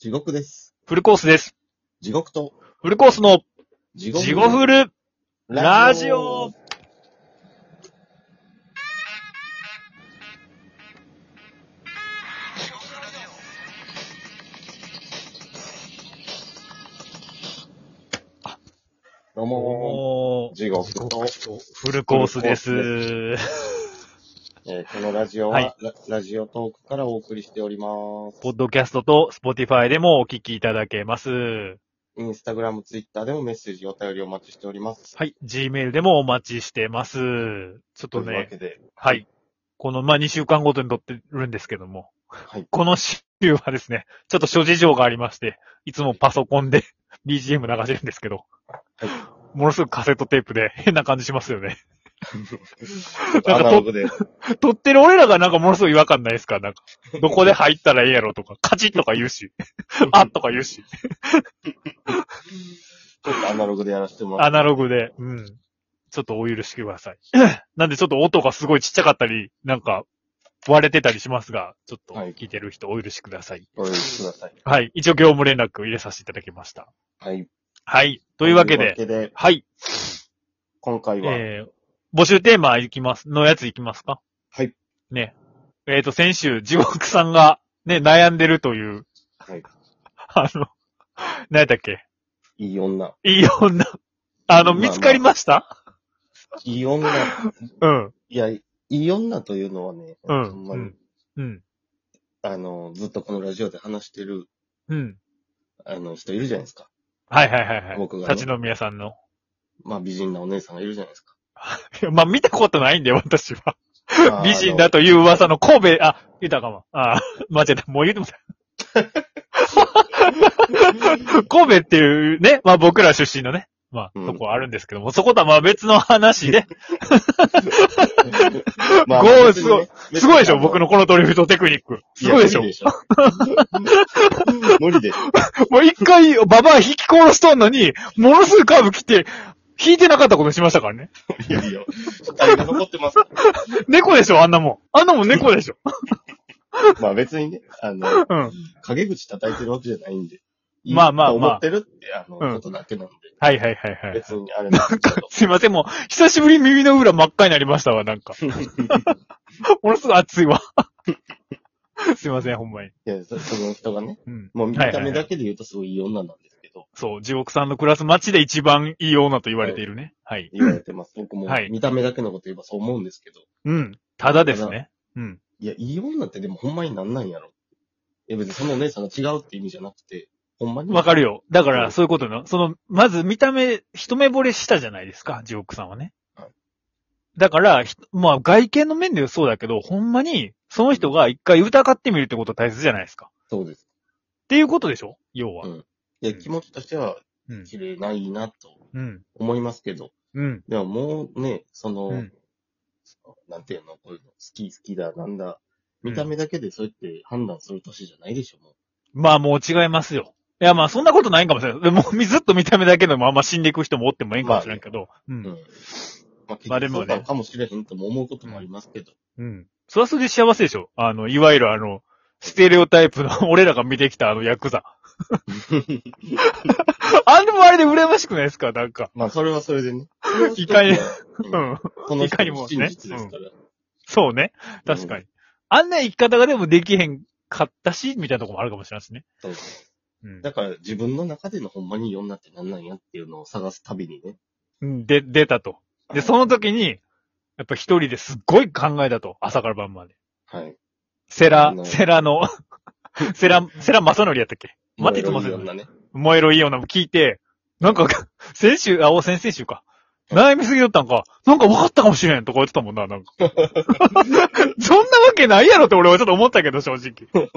地獄です。フルコースです。地獄と、フルコースの地地獄フルラジオどうも、おー地獄と、フルコースです。えーこのラジオは、はいラ、ラジオトークからお送りしておりますポ。ッドキャストとスポティファイでもお聞きいただけます。インスタグラム、ツイッターでもメッセージ、お便りお待ちしております。はい。Gmail でもお待ちしてます。ちょっというわね、けで、はい。この、まあ、2週間ごとに撮ってるんですけども、はい。この週はですね、ちょっと諸事情がありまして、いつもパソコンで BGM 流してるんですけど、はいものすごくカセットテープで変な感じしますよね。アナログで、撮ってる俺らがなんかものすごい違和感ないですかな んか、どこで入ったらええやろとか、カチッとか言うし、 あっとか言うし、 ちょっとアナログでやらせてもらっアナログで、うん。ちょっとお許しください。なんでちょっと音がすごいちっちゃかったり、なんか、割れてたりしますが、ちょっとはい聞いてる人お許しください。てお許しください。はい。一応業務連絡入れさせていただきました。はい。はい。というわけで、というわけで、はい。今回は、えー、募集テーマいきます、のやついきますかはい。ね。えっ、と、先週、地獄さんが、ね、悩んでるという、はい。あの、何やったっけいい女。いい女。あの、まあまあ見つかりましたいい女。うん。いや、いい女というのはね、うんほんまうにん、うん。あの、ずっとこのラジオで話してる、うん。あの、人いるじゃないですか。はいはいはいはい。僕がね立ち飲み屋さんの。 まあ、美人なお姉さんがいるじゃないですか。いやまあ、見たことないんで、私は。まあ美人だ。という噂の神戸、あ、言ったかも。ああ、 間違えた。もう言うてもた。神戸っていうね、まあ僕ら出身のね、まあ、うんとこあるんですけども、そことはまあ別の話で、 まあゴー別にねすごいでしょ、僕のこのドリフトテクニック。すごいでしや無理。ょでしょ。無理でしょ。 もう一回、ババア引き殺しとんのに、ものすごいカーブ来て、引いてなかったことしましたからね。いやいや。死体が残ってますから。猫でしょ、あんなもん。あんなもん猫でしょ。まあ別にね、あの、うん。陰口叩いてるわけじゃないんで。いい まあまあとまあ思ってるって、あの、うんことだけなんで。はいはいはいはい。別にあれなんですけど。 すいません、もう、久しぶりに耳の裏真っ赤になりましたわ、なん か。ものすごい熱い わ。すいません、ほんまに。いや、そその人がね、うん。もう見はいはいた目だけで言うとすごいいい女なんですけど、そう、地獄さんの暮らす街で一番いい女と言われているね。はい。言われてます。僕もはい見た目だけのこと言えばそう思うんですけど。うん。ただですね。うん。いや、いい女ってでもほんまになんなんやろ。いや別にそのお姉さんが違うって意味じゃなくて、ほんまに。わかるよ。だかうら、んそういうことな。その、まず見た目、一目惚れしたじゃないですか、ジオックさんはねはい。だから、ひまあ、外見の面ではそうだけど、ほんまに、その人が一回疑ってみるってことは大切じゃないですか。っそうです。ていうことでしょ要は。うんいや、気持ちとしてはうん。綺麗ないいなとうん。思いますけど、うん。でももうね、その、うんなんていうの、こういうの、好き好きだ、なんだ、見た目だけでそうやって判断する年じゃないでしょ、もまあ、もう違いますよ。いや、まあ、そんなことないんかもしれない。でも、ずっと見た目だけでもあんま死んでいく人もおってもいいんかもしれんけど。う。うん。まあ、結まあで局もそうねなのかもしれへんとも思うこともありますけど、うん。うん。それはそれで幸せでしょあの、いわゆるあの、ステレオタイプの、 俺らが見てきたあの、ヤクザ。あんでもあれで羨ましくないですかなんか。まあ、それはそれ でね。それはそれでいかにううんん。そのいか人にものね真実ですから。そうね。確かに。あんな生き方がでもできへんかったし、みたいなとこもあるかもしれないですね。そううんだから、自分の中でのほんまにいい女ってなんなんやっていうのを探すたびにね。うん。で、出たと。で、その時に、やっぱ一人ですっごい考えたと。朝から晩まで。はい。セラあ、のセ ラの、セラ、セラ正則やったっけ待っていつもいそいう女ね。燃えろいいようなも聞いて、なんか、先週、あ、お先々週か。悩みすぎだったんか。なんか分かったかもしれんとか言ってたもんな、 なんか。そんなわけないやろって俺はちょっと思ったけど、正直。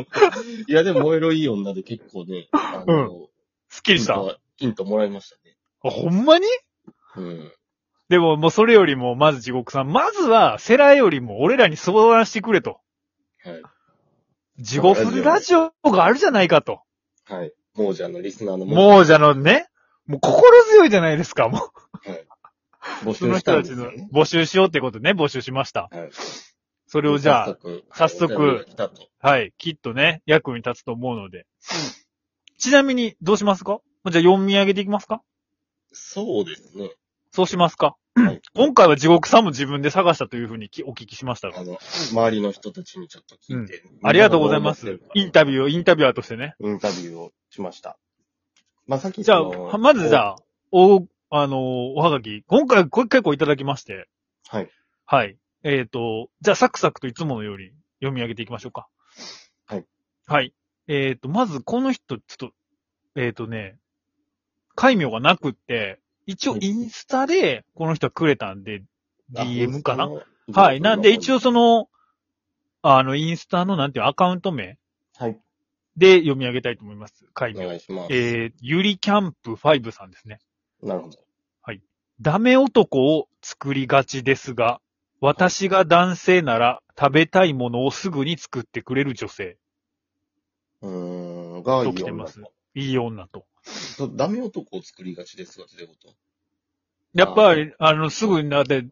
いや、でも、燃えろいい女で結構ね、あの、すっきりヒンした。トはヒントもらいましたね。あ、ほんまにうん。でももうそれよりも、まず地獄さん、まずは、セラよりも俺らに相談してくれと。はい。地獄ラジオがあるじゃないかと。はい。もうじゃあのリスナーのももうじゃのね、もう心強いじゃないですか、もう。募そ集のし人たんでたちすよのね。募集しようってことね、募集しました。はい。それをじゃあ、早速、早速お便りが来たとはい、きっとね、役に立つと思うので。ちなみに、どうしますかじゃあ読み上げていきますかそうですね。そうしますかはい。今回は地獄さんも自分で探したというふうにきお聞きしましたあが。の、周りの人たちにちょっと聞いて。ありがとうございまみんすなが。インタビューを、インタビュアーとしてね。インタビューをしました。まあ、さっきじゃそのあ、まずじゃあ、お、あのー、おはがき。今回、これ結構いただきまして。はい。はい。えっ、と、じゃあ、サクサクといつものように読み上げていきましょうか。はい。はい。えっ、と、まず、この人、ちょっと、えっ、とね、解名がなくって、一応はいインスタで、この人はくれたんで、DM かななはい。なんで、一応、その、あの、インスタの、なんていうのアカウント名はい。で読み上げたいと思います。解お名。願いします。えー、ゆりキャンプ5さんですね。なるほど。ダメ男を作りがちですが、私が男性なら食べたいものをすぐに作ってくれる女性うーん、がいと来いて女ます。いい女と。とダメ男を作りがちですが、ってこと。やっぱり、あの、すぐになって、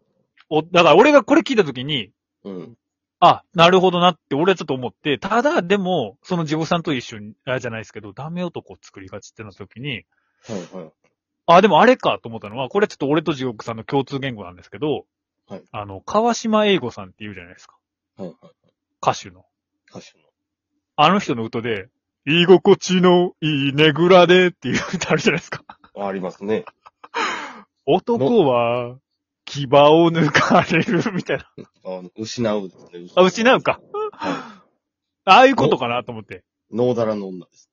お、だから俺がこれ聞いた時に、うん。あ、なるほどなって俺はちょっと思って、ただでも、その自分さんと一緒に、あじゃないですけど、ダメ男を作りがちってなった時に、はいはい。あ、でもあれかと思ったのは、これちょっと俺と地獄さんの共通言語なんですけど、はいあの、川島英語さんって言うじゃないですか。はいはい。歌手の。歌手の。あの人の歌で、居心地のいいねぐらでっていう歌あるじゃないですか。あありますね。男は、牙を抜かれるみたいな。あの失うですね。あ、失う。か。はああいうことかなと思って。い。ノーダラの女です。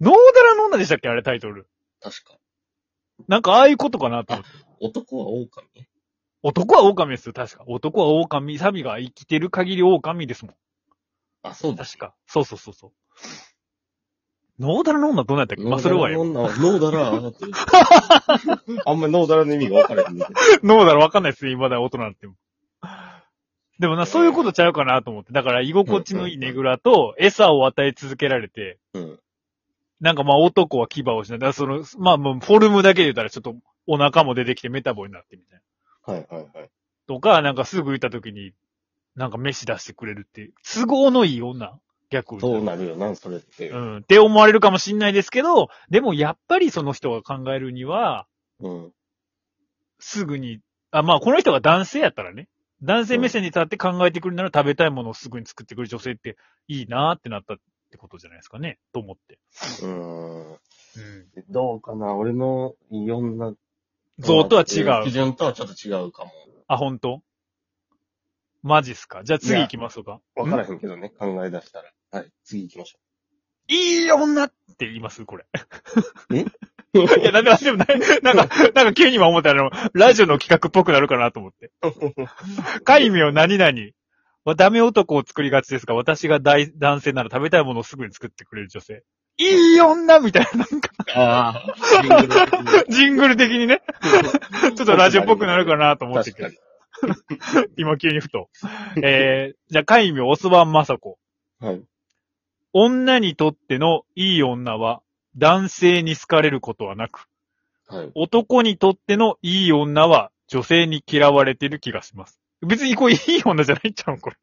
ノーダラの女でしたっけあれタイトル。確か。なんかああいうことかなと思って。男は狼ね。男は狼ですよ、確か。男は狼、サビが生きてる限り狼ですもん。あ、そうです。確か。そうそうそうそう。ノーダラの女どうなんやったっけまあ、それはええわノーダラの女は、ノーダラーっ て。あんまりノーダラの意味が分からへんね。ノーダラわかんないっすね、今だ大人になっても。でもな、そういうことちゃうかなと思って。だから、居心地のいいネグラと、餌を与え続けられて、うん。なんかまあ男は牙をしない。だからその、まあもうフォルムだけで言ったらちょっとお腹も出てきてメタボになってみたいな。はいはいはい。とか、なんかすぐ言った時に、なんか飯出してくれるっていう。都合のいい女逆に。そうなるよな、それって。うん。って思われるかもしんないですけど、でもやっぱりその人が考えるには、うん。すぐに、あ、まあ、この人が男性やったらね、男性目線に立って考えてくるなら食べたいものをすぐに作ってくる女性っていいなーってなったってことじゃないですかね、と思って。うーん。うん。どうかな俺のいろんな。像とは違基う。準とはちょっと違うかも。あ、本当マジっすか。じゃあ次行きますか。分からへんけどね、考え出したら。はい、次行きましょいい女って言いますこれ。う。 いや、なんでもなんでもない。なんか、なんか急に今思ったら、あのラジオの企画っぽくなるかなと思 って。海名何々。はダメ男を作りがちですが、私が大男性なら食べたいものをすぐに作ってくれる女性。いい女みたいな、なんか、ああ、シングル的にジングル的 にね、ちょっとラジオっぽくなるかなと 思って確かてに、。今急にふと。えー、じゃあ、海名、オスバンマサコ。はい。女にとってのいい女は、男性に好かれることはなく、はい。男にとってのいい女は、女性に嫌われてる気がします。別にこれいい女じゃないんちゃうんこれ。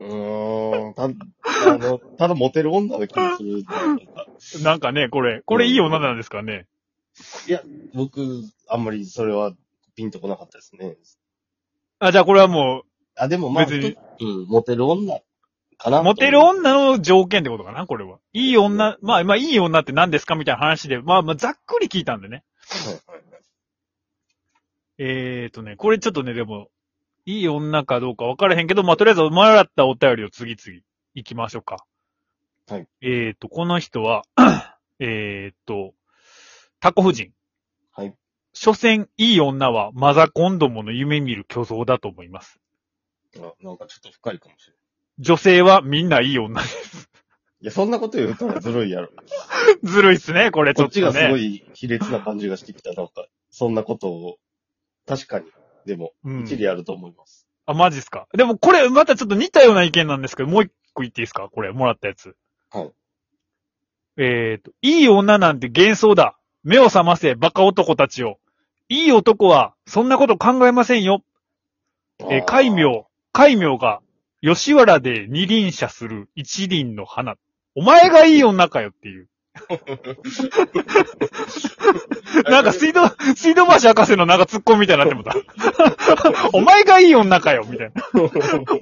うーん、た、あの、ただモテる女の気がする。なんかね、これ、これいい女なんですかね。僕、あんまりそれはピンとこなかったですね。あ、じゃあこれはもあ、でもまあ、別にうん、モテる女かなう、と。モテる女の条件ってことかなこれは。いい女、まあ、まあ、いい女って何ですかみたいな話で、まあ、まあ、ざっくり聞いたんでね。はいはいはいえーとね、これちょっとね、でも、いい女かどうか分からへんけど、まあ、とりあえず、もらったお便りを次々行きましょうか。はい。えーと、この人は、 えーと、タコ夫人。はい。所詮、いい女はマザコンどもの夢見る巨像だと思います。あなんかちょっと深いかもしれない。女性はみんないい女。いや、そんなこと言うたらずる いやろ。ずるいっすね、これちこょっっとちね。がすごい卑劣な感じがしてきた。なんか、そんなことを、確かに、でも、うん一理あると思います。あ、マジっすか。でもこれ、またちょっと似たような意見なんですけど、もう一個言っていいですかこれ、もらったやつ。はい。えっ、と、いい女なんて幻想だ。目を覚ませ、バカ男たちを。いい男は、そんなこと考えませんよ。えー、海名。名、海名が、吉原で二輪車する一輪の花。お前がいい女かよっていう。なんか水道、水道橋博士のなんか突っ込みみたいになってもうた。お前がいい女かよみたいな。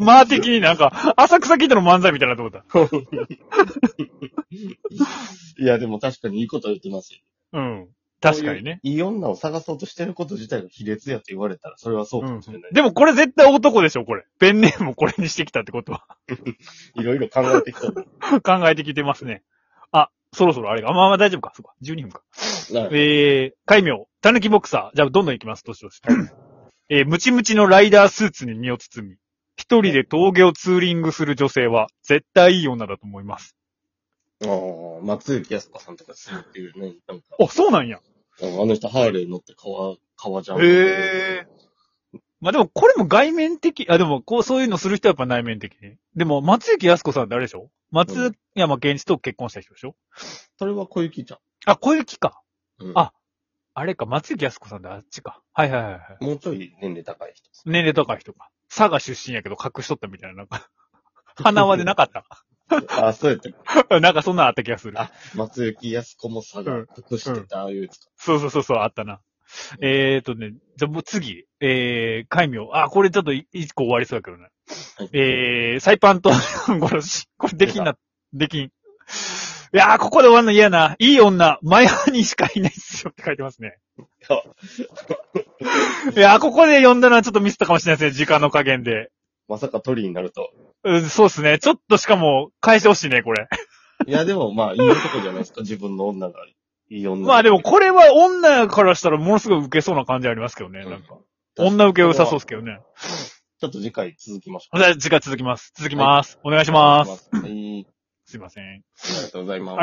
まあ的になんか、浅草聞いての漫才みたいになってもうた。 いや、でも確かにいいこと言ってますよ。うん。確かにね。こういういい女を探そうとしてること自体が卑劣やって言われたら、それはそうかもしれない。でもこれ絶対男でしょ、これ。ペンネームをこれにしてきたってことは。いろいろ考えてきたんだ。考えてきてますね。あ、そろそろあれが。まあまあ大丈夫か。そうか。12分か。な えー、海名、たぬきボクサー。じゃあ、どんどん行きます、どしど し。えー、ムチムチのライダースーツに身を包み、一人で峠をツーリングする女性は、絶対いい女だと思います。ああ、松雪康子さんとかするっていうね、なんか、あ、そうなんや。あの人ハーレー乗って川、川じゃん。へえ。まあでも、これも外面的、あ、でも、こう、そういうのする人はやっぱ内面的ね。でも、松雪康子さんってあれでしょ松山健一と結婚した人でしょ、それは小雪ちゃん。あ、小雪か。うんああれか、松雪康子さんってあっちか。はいはいはいはい。もうちょい年齢高い人です。年齢高い人か。佐賀出身やけど隠しとったみたいな、なんか。花輪でなかった。 あ、そうやって、なん かそんなんあった気がする。あ松雪康子も佐賀隠してた、ああいうやつか。そうそうそう、そうあったな。えーとね、じゃあもう次、えー、海名。あ、これちょっとい一個終わりそうだけどね。はいえー、サイパンと 殺し。これできんな、できん。いやー、ここで終わるの嫌な。いい女、マイハニーしかいないっすよって書いてますね。いやー、ここで読んだのはちょっとミスったかもしれないですね、時間の加減で。まさか鳥になる と。うん、そうですね。ちょっとしかも、返してほしいね、これ。いや、でもまあ、いい男じゃないですか、自分の女が。いい女。まあでも、これは女からしたらものすごい受けそうな感じありますけどね。うん、なんか女受け良さそうですけどね。ちょっと次回続きましょう。じゃあ、次回続きます。続きます。お願いします。はい。すいません。ありがとうございます。ありがとうございます